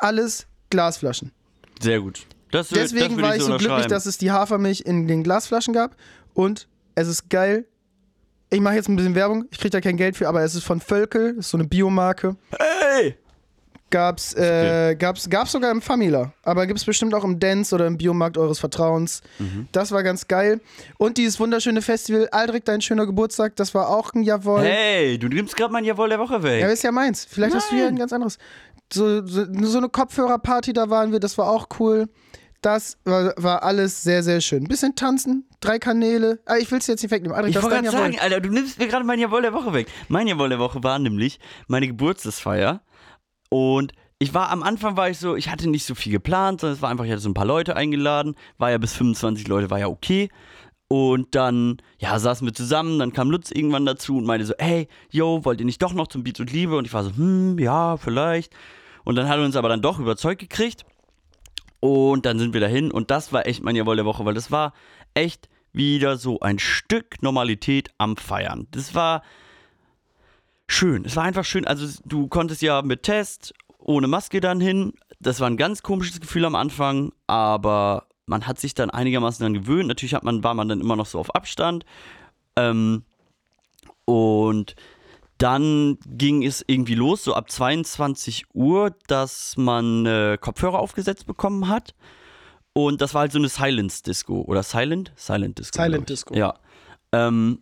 C: alles Glasflaschen.
A: Sehr gut. Das wür- das
C: Deswegen
A: würd
C: war ich so glücklich,
A: unterschreiben.
C: dass es die Hafermilch in den Glasflaschen gab. Und es ist geil. Ich mache jetzt ein bisschen Werbung. Ich kriege da kein Geld für, aber es ist von Völkel. Das ist so eine Biomarke.
A: Ey!
C: Gab's, äh, gab's, gab's sogar im Famila. Aber gibt's bestimmt auch im Dance oder im Biomarkt eures Vertrauens. Das war ganz geil. Und dieses wunderschöne Festival Aldrich, dein schöner Geburtstag. Das war auch ein Jawohl.
A: Hey, du nimmst gerade mein Jawohl der Woche weg.
C: Ja, ist ja meins. Vielleicht hast du ja ein ganz anderes. So, so, so eine Kopfhörerparty, da waren wir, das war auch cool. Das war, war alles sehr, sehr schön. Ein bisschen tanzen, drei Kanäle. Ah, ich will es jetzt nicht wegnehmen. Adrian,
A: Ich
C: das
A: wollte
C: ist
A: gerade
C: dein Jawohl.
A: sagen, Alter, du nimmst mir gerade mein Jawohl der Woche weg. Mein Jawohl der Woche war nämlich meine Geburtstagsfeier. Und ich war am Anfang war ich so, ich hatte nicht so viel geplant, sondern es war einfach, ich hatte so ein paar Leute eingeladen, war ja bis 25 Leute, war ja okay. Und dann, ja, saßen wir zusammen, dann kam Lutz irgendwann dazu und meinte so, hey, yo, wollt ihr nicht doch noch zum Beats und Liebe? Und ich war so, hm, ja, vielleicht. Und dann hat er uns aber dann doch überzeugt gekriegt. Und dann sind wir dahin und das war echt mein Jawohl der Woche, weil das war echt wieder so ein Stück Normalität am Feiern. Das war schön. Es war einfach schön. Also du konntest ja mit Test ohne Maske dann hin. Das war ein ganz komisches Gefühl am Anfang, aber man hat sich dann einigermaßen dann gewöhnt. Natürlich hat man, war man dann immer noch so auf Abstand. Ähm, und dann ging es irgendwie los, so ab 22 Uhr, dass man äh, Kopfhörer aufgesetzt bekommen hat. Und das war halt so eine Silence-Disco. Oder Silent? Silent-Disco. glaub
C: Silent
A: ich.
C: Disco.
A: Ja. Ähm,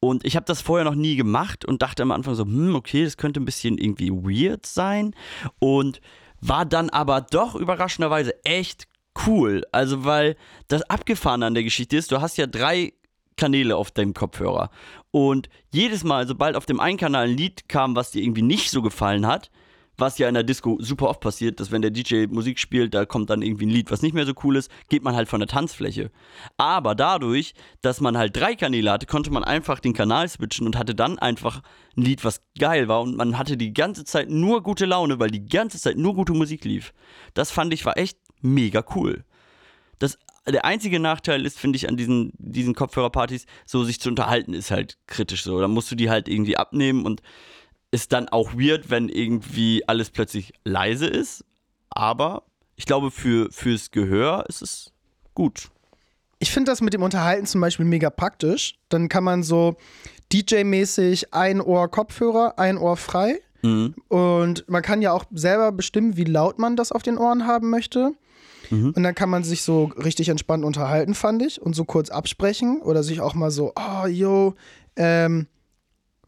A: Und ich habe das vorher noch nie gemacht und dachte am Anfang so, hm, okay, das könnte ein bisschen irgendwie weird sein. Und war dann aber doch überraschenderweise echt cool. Also, weil das Abgefahrene an der Geschichte ist, du hast ja drei Kanäle auf deinem Kopfhörer. Und jedes Mal, sobald auf dem einen Kanal ein Lied kam, was dir irgendwie nicht so gefallen hat, was ja in der Disco super oft passiert, dass wenn der DJ Musik spielt, da kommt dann irgendwie ein Lied, was nicht mehr so cool ist, geht man halt von der Tanzfläche. Aber dadurch, dass man halt drei Kanäle hatte, konnte man einfach den Kanal switchen und hatte dann einfach ein Lied, was geil war und man hatte die ganze Zeit nur gute Laune, weil die ganze Zeit nur gute Musik lief. Das fand ich war echt mega cool. Das, der einzige Nachteil ist, finde ich, an diesen, diesen Kopfhörerpartys, so sich zu unterhalten, ist halt kritisch so. Da musst du die halt irgendwie abnehmen und ist dann auch weird, wenn irgendwie alles plötzlich leise ist. Aber ich glaube, für, fürs Gehör ist es gut.
C: Ich finde das mit dem Unterhalten zum Beispiel mega praktisch. Dann kann man so DJ-mäßig ein Ohr Kopfhörer, ein Ohr frei. Und man kann ja auch selber bestimmen, wie laut man das auf den Ohren haben möchte.
A: Mhm.
C: Und dann kann man sich so richtig entspannt unterhalten, fand ich. Und so kurz absprechen oder sich auch mal so, oh, yo, ähm,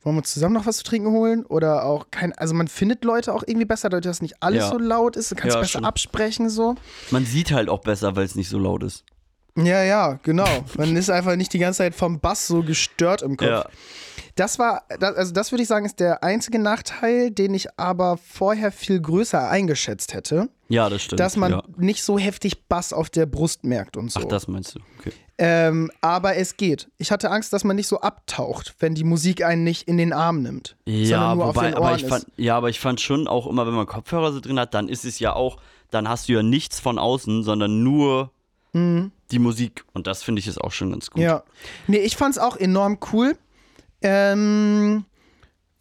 C: wollen wir uns zusammen noch was zu trinken holen? Oder auch kein, also man findet Leute auch irgendwie besser, dadurch, dass nicht alles
A: Ja.
C: so laut ist. Du kannst
A: Ja,
C: besser
A: stimmt.
C: absprechen so.
A: Man sieht halt auch besser, weil es nicht so laut ist.
C: Ja, ja, genau. Man ist einfach nicht die ganze Zeit vom Bass so gestört im Kopf.
A: Ja.
C: Das war, das, also das würde ich sagen, ist der einzige Nachteil, den ich aber vorher viel größer eingeschätzt hätte,
A: ja, das stimmt.
C: dass man
A: ja.
C: nicht so heftig Bass auf der Brust merkt und so.
A: Ach, das meinst du. Okay.
C: ähm, aber es geht. Ich hatte Angst, dass man nicht so abtaucht, wenn die Musik einen nicht in den Arm nimmt,
A: Ja,
C: sondern nur auf
A: wobei,
C: den Ohren
A: aber ich fand,
C: ist.
A: ja, aber ich fand schon auch immer, wenn man Kopfhörer so drin hat, dann ist es ja auch, dann hast du ja nichts von außen, sondern nur die Musik. Und das finde ich ist auch schon ganz gut.
C: Mhm. Ja. Nee, ich fand's auch enorm cool. Ähm,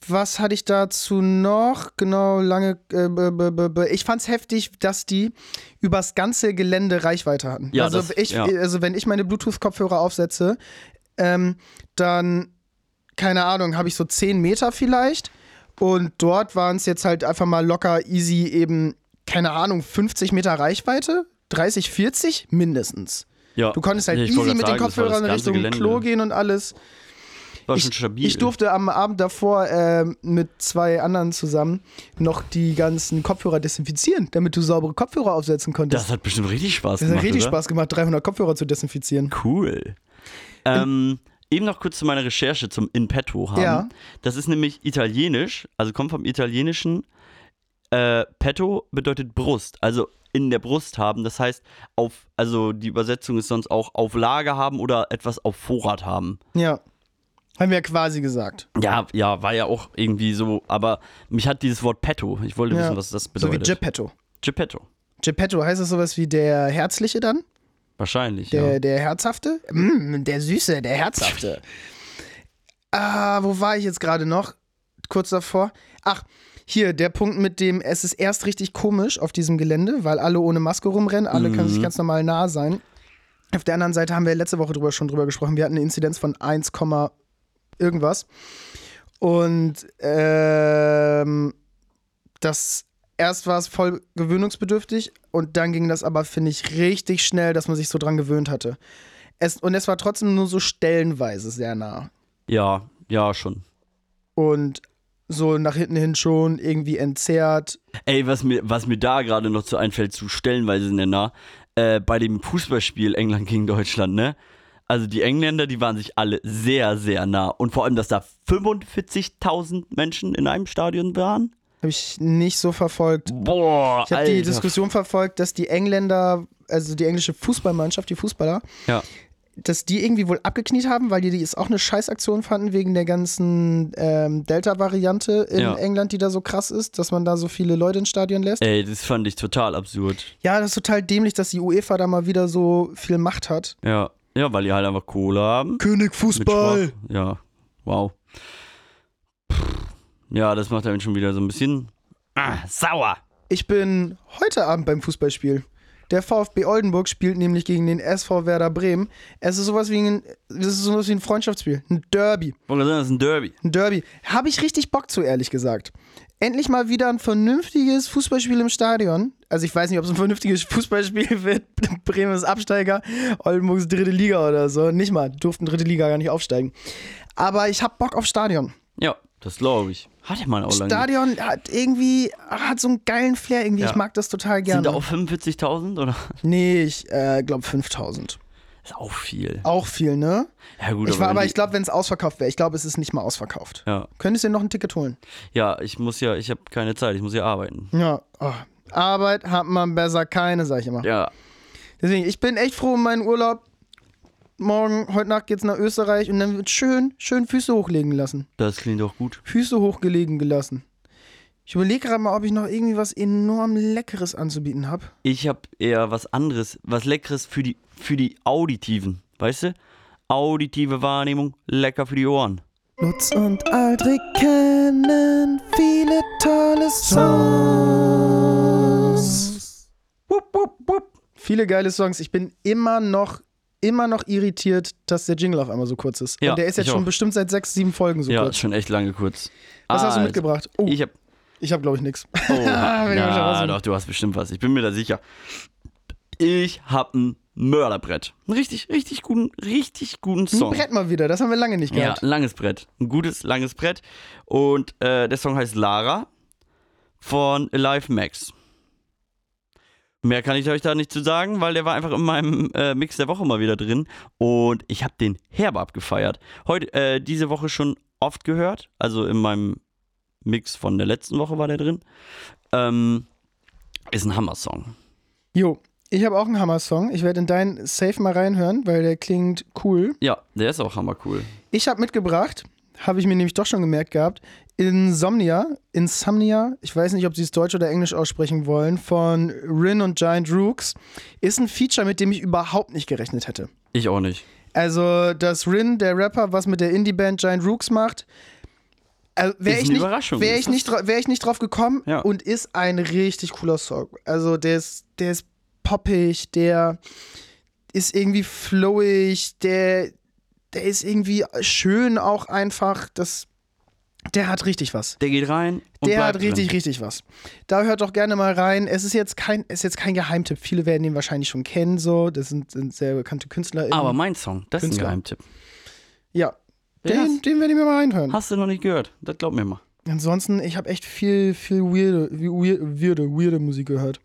C: was hatte ich dazu noch? Genau, lange. Äh, b- b- b- b- ich fand's heftig, dass die übers ganze Gelände Reichweite hatten.
A: Ja,
C: also,
A: das-
C: ich,
A: ja.
C: also wenn ich meine Bluetooth-Kopfhörer aufsetze, ähm, dann, keine Ahnung, habe ich so 10 Meter vielleicht. Und dort waren es jetzt halt einfach mal locker easy eben, keine Ahnung, 50 Meter Reichweite. 30, 40 mindestens.
A: Ja.
C: Du konntest halt
A: Ja, ich
C: easy
A: wollte
C: mit
A: gerade
C: den
A: sagen, das war das
C: Kopfhörern
A: ganze
C: Richtung
A: Gelände.
C: Klo gehen und alles.
A: War schon
C: Ich,
A: stabil.
C: ich durfte am Abend davor äh, mit zwei anderen zusammen noch die ganzen Kopfhörer desinfizieren, damit du saubere Kopfhörer aufsetzen konntest.
A: das hat bestimmt richtig Spaß
C: Das,
A: gemacht.
C: hat richtig
A: oder?
C: Spaß gemacht, 300 Kopfhörer zu desinfizieren.
A: Cool. Ähm, eben noch kurz zu meiner Recherche zum In petto haben.
C: Ja.
A: Das ist nämlich italienisch, also kommt vom Italienischen. Äh, petto bedeutet Brust, also in der Brust haben. Das heißt, auf, also die Übersetzung ist sonst auch auf Lager haben oder etwas auf Vorrat haben.
C: Ja. Haben wir ja quasi gesagt.
A: Ja, ja, war ja auch irgendwie so, aber mich hat dieses Wort Petto, ich wollte
C: Ja.
A: wissen, was das
C: So wie
A: bedeutet.
C: Geppetto.
A: Geppetto.
C: Geppetto heißt das sowas wie der Herzliche dann?
A: Wahrscheinlich,
C: Der,
A: ja.
C: der Herzhafte? Mm, der Süße, der Herzhafte. ah, wo war ich jetzt gerade noch? Kurz davor. Ach, hier, der Punkt mit dem, es ist erst richtig komisch auf diesem Gelände, weil alle ohne Maske rumrennen, alle können sich ganz normal nah sein. Auf der anderen Seite haben wir letzte Woche drüber schon drüber gesprochen. Wir hatten eine Inzidenz von 1, Komma irgendwas. Und ähm, das erst war es voll gewöhnungsbedürftig und dann ging das aber, finde ich, richtig schnell, dass man sich so dran gewöhnt hatte. Es, und es war trotzdem nur so stellenweise sehr nah.
A: Ja, ja, schon.
C: Und so nach hinten hin schon irgendwie entzerrt.
A: Ey, was mir, was mir da gerade noch zu einfällt, zu stellenweise Nenner, äh, bei dem Fußballspiel England gegen Deutschland, ne? Also die Engländer, die waren sich alle sehr, sehr nah. Und vor allem, dass da 45.000 Menschen in einem Stadion waren.
C: Habe ich nicht so verfolgt.
A: Boah,
C: Ich habe die Diskussion verfolgt, dass die Engländer, also die englische Fußballmannschaft, die Fußballer,
A: Ja.
C: dass die irgendwie wohl abgekniet haben, weil die die es auch eine Scheißaktion fanden wegen der ganzen ähm, Delta-Variante in
A: Ja.
C: England, die da so krass ist, dass man da so viele Leute ins Stadion lässt.
A: Ey, das fand ich total absurd.
C: Ja, das ist total dämlich, dass die UEFA da mal wieder so viel Macht hat.
A: Ja, ja weil die halt einfach Kohle haben.
C: König
A: Mit Spaß. Ja, wow. Pff. Ja, das macht einen schon wieder so ein bisschen ah, sauer.
C: Ich bin heute Abend beim Fußballspiel. Der VfB Oldenburg spielt nämlich gegen den SV Werder Bremen. Es ist sowas wie ein, es ist sowas wie ein Freundschaftsspiel, ein Derby.
A: Wollte sagen, das ist ein Derby.
C: Ein Derby. Habe ich richtig Bock zu, ehrlich gesagt. Endlich mal wieder ein vernünftiges Fußballspiel im Stadion. Also ich weiß nicht, ob es ein vernünftiges Fußballspiel wird. Bremen ist Absteiger, Oldenburg ist dritte Liga oder so. Nicht mal, durften dritte Liga gar nicht aufsteigen. Aber ich hab Bock auf Stadion.
A: Ja, das glaube ich. Hat ja mal auch lange. nicht.
C: Stadion hat irgendwie, hat so einen geilen Flair irgendwie.
A: Ja.
C: Ich mag das total
A: Sind
C: gerne.
A: da auch 45.000 oder?
C: nee, ich äh, glaube 5000.
A: Das ist auch viel.
C: Auch viel, ne?
A: Ja, gut,
C: ich war,
A: wenn
C: aber
A: die-
C: ich glaube, wenn es ausverkauft wäre, ich glaube, es ist nicht mal ausverkauft.
A: Ja.
C: Könntest du dir noch ein Ticket holen?
A: ja, ich muss ja, ich habe keine Zeit, ich muss ja arbeiten.
C: Ja. Oh. Arbeit hat man besser keine, sag ich immer.
A: Ja,
C: Deswegen, ich bin echt froh um meinen Urlaub. Morgen, heute Nacht geht's nach Österreich und dann wird schön, schön Füße hochlegen lassen.
A: das klingt doch gut.
C: Füße hochgelegen gelassen. Ich überlege gerade mal, ob ich noch irgendwie was enorm Leckeres anzubieten habe.
A: Ich habe eher was anderes, was Leckeres für die, für die Auditiven, weißt du? Auditive Wahrnehmung, lecker für die Ohren.
C: Lutz und Aldrich kennen viele tolle Songs. Wupp, wupp, wupp. Viele geile Songs. Ich bin immer noch, immer noch irritiert, dass der Jingle auf einmal so kurz ist.
A: Ja,
C: und der ist jetzt
A: ich
C: schon
A: auch.
C: bestimmt seit sechs, sieben Folgen so
A: ja, ist
C: kurz.
A: schon echt lange kurz.
C: Was hast du
A: Also,
C: mitgebracht? Oh,
A: Ich habe.
C: ich habe, glaube ich, nichts.
A: Oh,
C: Wenn Ah, ich mich schon
A: na,
C: rausnehme.
A: doch, du hast bestimmt was. Ich bin mir da sicher. Ich habe ein Mörderbrett. Ein richtig, richtig guten, richtig guten
C: Ein
A: Song.
C: Brett mal wieder, das haben wir lange nicht
A: Ja,
C: gehabt.
A: ein langes Brett. Ein gutes, langes Brett. Und äh, der Song heißt Lara von Alive Max. Mehr kann ich euch da nicht zu sagen, weil der war einfach in meinem äh, Mix der Woche mal wieder drin. Und ich habe den herbe abgefeiert. Heute, äh, diese Woche schon oft gehört. Also in meinem Mix von der letzten Woche war der drin. Ähm, ist ein Hammer-Song.
C: Jo, ich habe auch einen Hammer-Song. Ich werde in deinen Safe mal reinhören, weil der klingt cool.
A: Ja, der ist auch hammercool.
C: Ich habe mitgebracht, habe ich mir nämlich doch schon gemerkt gehabt, Insomnia, Insomnia, ich weiß nicht, ob sie es Deutsch oder Englisch aussprechen wollen, von Rin und Giant Rooks, ist ein Feature, mit dem ich überhaupt nicht gerechnet hätte.
A: Ich auch nicht.
C: Also, dass Rin, der Rapper, was mit der Indie-Band Giant Rooks macht, also,
A: Ist
C: wäre ich,
A: eine
C: nicht-
A: Überraschung.
C: wär
A: Ist
C: ich, nicht dra- wär ich nicht drauf gekommen
A: Ja.
C: und ist ein richtig cooler Song. Also, der ist, der ist poppig, der ist irgendwie flowig, der, der ist irgendwie schön auch einfach. Das, der hat richtig was.
A: Der geht rein. Und
C: Der
A: bleibt
C: hat richtig,
A: drin.
C: richtig was. Da hört doch gerne mal rein. Es ist jetzt kein, es ist jetzt kein Geheimtipp. Viele werden ihn wahrscheinlich schon kennen, so. Das sind, sind sehr bekannte KünstlerInnen.
A: Aber mein Song, das ist ein
C: Künstler.
A: Geheimtipp.
C: Ja.
A: Ja.
C: Den, den werde ich mir mal reinhören.
A: Hast du noch nicht gehört? Das glaub mir mal.
C: Ansonsten, ich habe echt viel, viel weirde, weirde, weirde, weirde Musik gehört.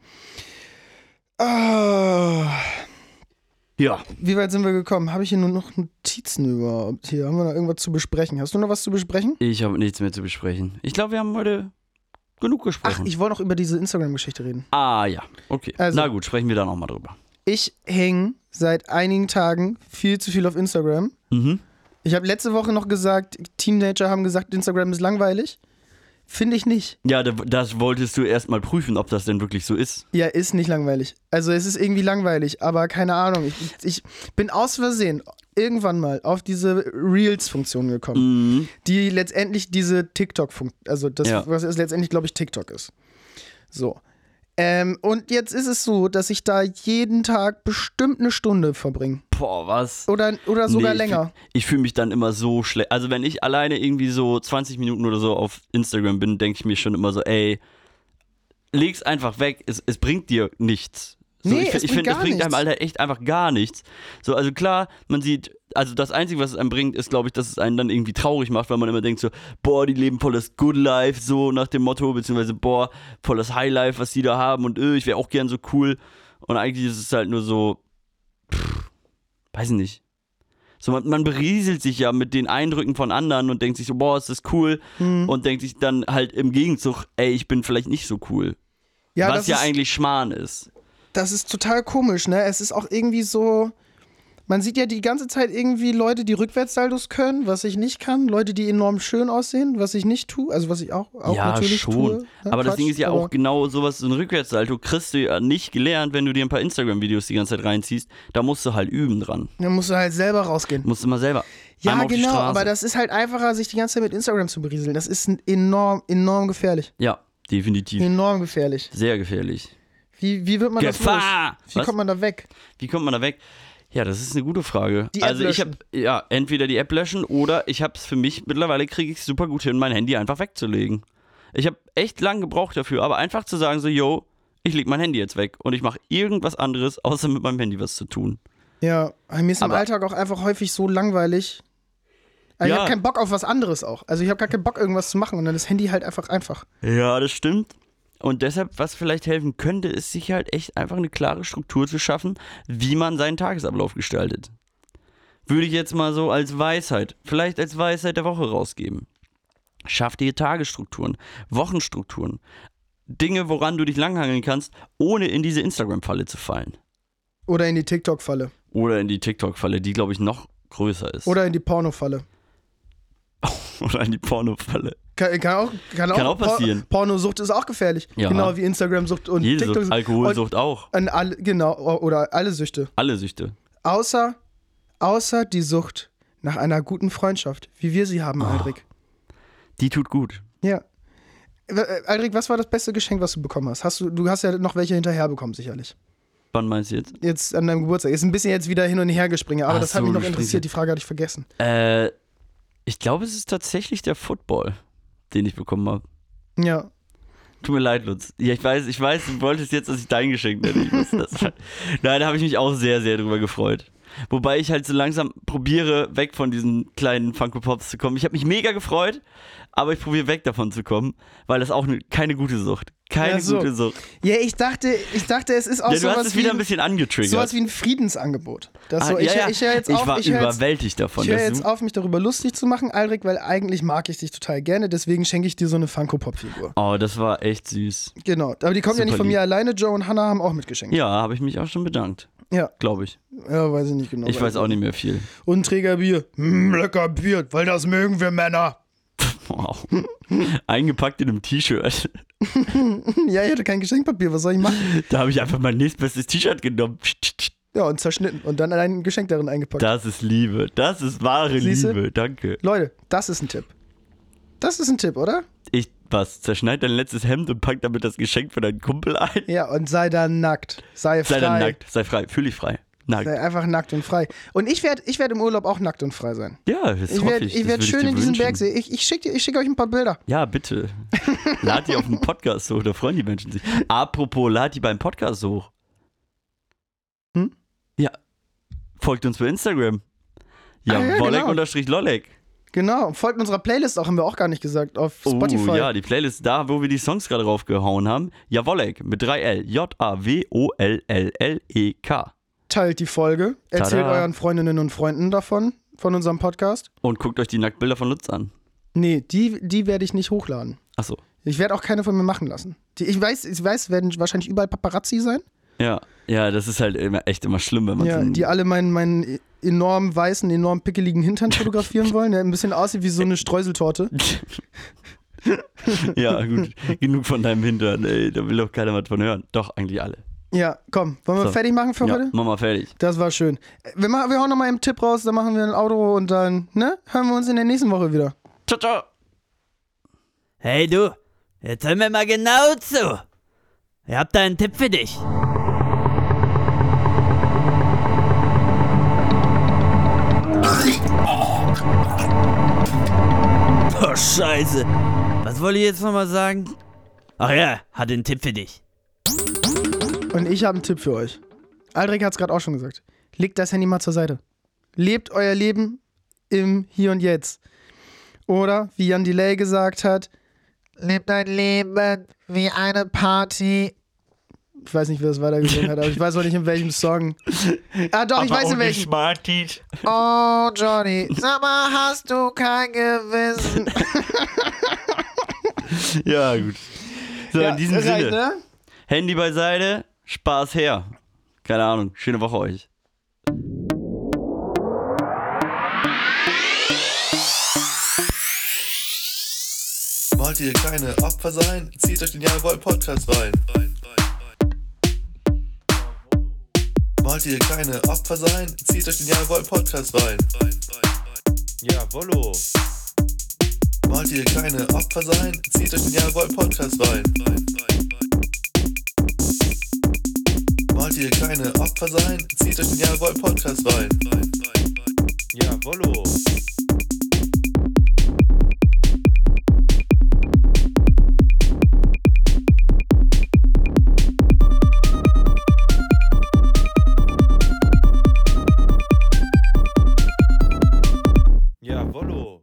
C: Ah,
A: Ja.
C: wie weit sind wir gekommen? Habe ich hier nur noch Notizen überhaupt? Hier haben wir noch irgendwas zu besprechen. Hast du noch was zu besprechen?
A: Ich habe nichts mehr zu besprechen. Ich glaube, wir haben heute genug
C: Ach,
A: gesprochen.
C: ich wollte noch über diese Instagram-Geschichte reden.
A: ah, ja. Okay.
C: Also-
A: Na gut, sprechen wir da nochmal drüber.
C: Ich hänge seit einigen Tagen viel zu viel auf Instagram.
A: Mhm.
C: Ich habe letzte Woche noch gesagt, Teenager haben gesagt, Instagram ist langweilig. Finde ich nicht.
A: Ja, da- das wolltest du erstmal prüfen, ob das denn wirklich so ist.
C: Ja, ist nicht langweilig. Also es ist irgendwie langweilig, aber keine Ahnung. Ich, ich bin aus Versehen irgendwann mal auf diese Reels-Funktion gekommen,
A: Mhm.
C: die letztendlich diese TikTok-Funktion, also das,
A: Ja.
C: was ist letztendlich, glaube ich, TikTok ist. So. Ähm, und jetzt ist es so, dass ich da jeden Tag bestimmt eine Stunde verbringe.
A: Boah, was?
C: Oder, oder sogar
A: Nee, ich fühl-
C: länger.
A: Ich fühle mich dann immer so schlecht. Also, wenn ich alleine irgendwie so 20 Minuten oder so auf Instagram bin, denke ich mir schon immer so, ey, leg's einfach weg. Es, es bringt dir nichts. So,
C: Nee,
A: ich, fi-
C: es
A: ich
C: bringt
A: finde, es
C: gar
A: bringt einem
C: nichts.
A: Alter echt einfach gar nichts. So, also klar, man sieht, also das Einzige, was es einem bringt, ist, glaube ich, dass es einen dann irgendwie traurig macht, weil man immer denkt so, boah, die leben voll das Good Life, so nach dem Motto, beziehungsweise boah, voll das High Life, was die da haben und äh, ich wäre auch gern so cool. Und eigentlich ist es halt nur so, pff, weiß ich nicht. So, man, man berieselt sich ja mit den Eindrücken von anderen und denkt sich so, boah, ist das cool.
C: Hm.
A: Und denkt sich dann halt im Gegenzug, ey, ich bin vielleicht nicht so cool.
C: Ja,
A: was
C: das
A: ja
C: ist,
A: eigentlich Schmarrn ist.
C: das ist total komisch, ne? Es ist auch irgendwie so. Man sieht ja die ganze Zeit irgendwie Leute, die Rückwärtssaldos können, was ich nicht kann, Leute, die enorm schön aussehen, was ich nicht tue, also was ich auch, auch natürlich tue. ne?
A: aber das
C: Quatsch,
A: Ding ist ja
C: aber-
A: auch genau sowas, so ein Rückwärtssalto kriegst du ja nicht gelernt, wenn du dir ein paar Instagram-Videos die ganze Zeit reinziehst. Da musst du halt üben dran.
C: Dann musst du halt selber rausgehen.
A: Musst du mal selber.
C: Ja,
A: einmal auf die
C: genau,
A: Straße.
C: aber das ist halt einfacher, sich die ganze Zeit mit Instagram zu berieseln. Das ist ein enorm, enorm gefährlich.
A: Ja, definitiv.
C: Enorm gefährlich.
A: Sehr gefährlich.
C: Wie, wie wird man
A: Gefahr!
C: das los? Wie
A: Was?
C: kommt man da weg?
A: Wie kommt man da weg? Ja, das ist eine gute Frage.
C: Die App
A: also ich habe
C: löschen.
A: ja entweder die App löschen oder ich habe es für mich mittlerweile kriege ich super gut hin, mein Handy einfach wegzulegen. Ich habe echt lang gebraucht dafür, aber einfach zu sagen so, yo, ich leg mein Handy jetzt weg und ich mache irgendwas anderes, außer mit meinem Handy was zu tun.
C: Ja, mir ist im
A: Aber-
C: Alltag auch einfach häufig so langweilig. Also Ich
A: Ja.
C: habe keinen Bock auf was anderes auch. Also ich habe gar keinen Bock, irgendwas zu machen. Und dann ist Handy halt einfach einfach.
A: Ja, das stimmt. Und deshalb, was vielleicht helfen könnte, ist sich halt echt einfach eine klare Struktur zu schaffen, wie man seinen Tagesablauf gestaltet. Würde ich jetzt mal so als Weisheit, vielleicht als Weisheit der Woche rausgeben. Schaff dir Tagesstrukturen, Wochenstrukturen, Dinge, woran du dich langhangeln kannst, ohne in diese Instagram-Falle zu fallen.
C: Oder in die TikTok-Falle.
A: Oder in die TikTok-Falle, die, glaube ich, noch größer ist.
C: Oder in die Porno-Falle.
A: Oder in die Porno-Falle.
C: Kann, kann, auch, kann,
A: Kann auch passieren.
C: Por Pornosucht ist auch gefährlich.
A: Ja.
C: Genau wie Instagram-Sucht und
A: Jede Sucht,
C: TikTok-Sucht.
A: Alkoholsucht auch.
C: Und, und alle, genau, oder alle Süchte.
A: Alle Süchte.
C: Außer, außer die Sucht nach einer guten Freundschaft, wie wir sie haben,
A: Ah.
C: Aldrich.
A: Die tut gut.
C: Ja. Äh, Aldrich, was war das beste Geschenk, was du bekommen hast? hast du, du hast ja noch welche hinterher bekommen, sicherlich.
A: Wann meinst du jetzt?
C: Jetzt an deinem Geburtstag. Ist ein bisschen jetzt wieder hin und her gespringen, aber
A: Ach
C: das hat
A: so,
C: mich noch
A: gespringen.
C: interessiert. Die Frage hatte ich vergessen.
A: Äh, ich glaube, es ist tatsächlich der Football, den ich bekommen habe.
C: Ja.
A: Tut mir leid, Lutz. Ja, ich weiß, ich weiß, du wolltest jetzt, dass ich dein Geschenk nenne. Ich wusste das. halt. Nein, da habe ich mich auch sehr, sehr drüber gefreut. Wobei ich halt so langsam probiere, weg von diesen kleinen Funko Pops zu kommen. Ich habe mich mega gefreut, aber ich probiere weg davon zu kommen, weil das auch ne, keine gute Sucht. Keine
C: Ja, so.
A: gute Sucht.
C: Ja, ich dachte, ich dachte, es ist auch
A: Ja, du hast
C: sowas,
A: es
C: wie,
A: wieder ein bisschen angetriggert.
C: sowas wie ein Friedensangebot. Das
A: Ah,
C: so, ich
A: ja, ja.
C: hör- ich höre jetzt
A: ich
C: auf,
A: war
C: ich höre jetzt,
A: überwältigt davon.
C: ich hör
A: dass
C: jetzt
A: du-
C: auf, mich darüber lustig zu machen, Aldrich, weil eigentlich mag ich dich total gerne, deswegen schenke ich dir so eine Funko-Pop-Figur.
A: oh, das war echt süß.
C: Genau, aber die kommt ja
A: Super
C: nicht von
A: lieb.
C: mir alleine. Joe und Hannah haben auch mitgeschenkt.
A: Ja, habe ich mich auch schon bedankt,
C: Ja,
A: glaube ich.
C: ja weiß ich nicht genau.
A: Ich weiß auch nicht mehr viel.
C: Und ein Trägerbier. Hm, lecker Bier, weil das mögen wir Männer.
A: Wow. Eingepackt in einem T-Shirt.
C: Ja, ich hatte kein Geschenkpapier, was soll ich machen?
A: Da habe ich einfach mein nächstbestes T-Shirt genommen.
C: Ja, und zerschnitten und dann ein Geschenk darin eingepackt.
A: Das ist Liebe. Das ist wahre
C: Siehste?
A: Liebe. Danke.
C: Leute, das ist ein Tipp. Das ist ein Tipp, oder?
A: Ich, was, zerschneid dein letztes Hemd und pack damit das Geschenk für deinen Kumpel ein?
C: Ja, und sei da nackt. Sei frei.
A: Sei dann nackt. Sei frei. Fühl dich frei. Nackt.
C: Sei einfach nackt und frei. Und ich werde ich werd im Urlaub auch nackt und frei sein.
A: Ja, das
C: Ich
A: hoffe
C: werde
A: ich.
C: ich
A: Das
C: werd
A: würde
C: schön
A: dir
C: in diesen
A: wünschen.
C: Berg sehen. Ich, ich schicke ich schick euch ein paar Bilder.
A: Ja, bitte. Lad die auf den Podcast hoch, da freuen die Menschen sich. Apropos, lad die beim Podcast hoch.
C: Hm?
A: Ja. Folgt uns bei Instagram. Ja,
C: Ah, ja, genau.
A: Wollek-Lollek.
C: Genau. Und folgt unserer Playlist auch, haben wir auch gar nicht gesagt, auf Spotify.
A: Oh, ja, die Playlist da, wo wir die Songs gerade raufgehauen haben. Jawollek mit 3L. J-A-W-O-L-L-L-E-K.
C: Teilt die Folge. Erzählt
A: Tada.
C: euren Freundinnen und Freunden davon, von unserem Podcast.
A: Und guckt euch die Nacktbilder von Lutz an.
C: Nee, die, die werde ich nicht hochladen.
A: Achso.
C: Ich werde auch keine von mir machen lassen. Die, ich weiß, ich weiß, werden wahrscheinlich überall Paparazzi sein.
A: Ja, ja, das ist halt immer, echt immer schlimm, wenn man
C: Ja,
A: so ein-
C: die alle meinen, meinen enorm weißen, enorm pickeligen Hintern fotografieren wollen, der ein bisschen aussieht wie so eine Streuseltorte.
A: ja, gut. Genug von deinem Hintern, ey. Da will doch keiner was von hören. Doch, eigentlich alle.
C: Ja, komm, wollen wir
A: So.
C: fertig machen für
A: Ja,
C: heute?
A: mach mal fertig.
C: Das war schön. Äh, Wir, machen, wir hauen nochmal einen Tipp raus, dann machen wir ein Auto und dann, ne? Hören wir uns in der nächsten Woche wieder.
A: Ciao, ciao.
E: Hey du, jetzt hör mir mal genau zu. Ich hab da einen Tipp für dich. Oh Scheiße. Was wollte ich jetzt nochmal sagen? Ach ja, hatte einen Tipp für dich.
C: Und ich habe einen Tipp für euch. Aldrich hat es gerade auch schon gesagt. Legt das Handy mal zur Seite. Lebt euer Leben im Hier und Jetzt. Oder, wie Jan Delay gesagt hat, lebt dein Leben wie eine Party. Ich weiß nicht, wer es weitergesungen hat, aber ich weiß auch nicht, in welchem Song. Ah, doch, ich weiß in welchem.
A: Smarties.
C: Oh, Johnny, sag mal, hast du kein Gewissen?
A: Ja, gut. So,
C: Ja,
A: in diesem
C: reicht,
A: Sinne.
C: ne?
A: Handy beiseite, Spaß her. Keine Ahnung, schöne Woche euch.
F: Wollt ihr kleine Opfer sein? Zieht euch den Jawohl Podcast rein. Wollt ihr kleine Opfer sein? Zieht euch den Jawohl Podcast rein. Jawollo. Wollt ihr kleine Opfer sein? Zieht euch den Jawohl Podcast rein. Wollt ihr kleine Opfer sein? Zieht euch den Jawohl Podcast rein. Jawollo. Wollo.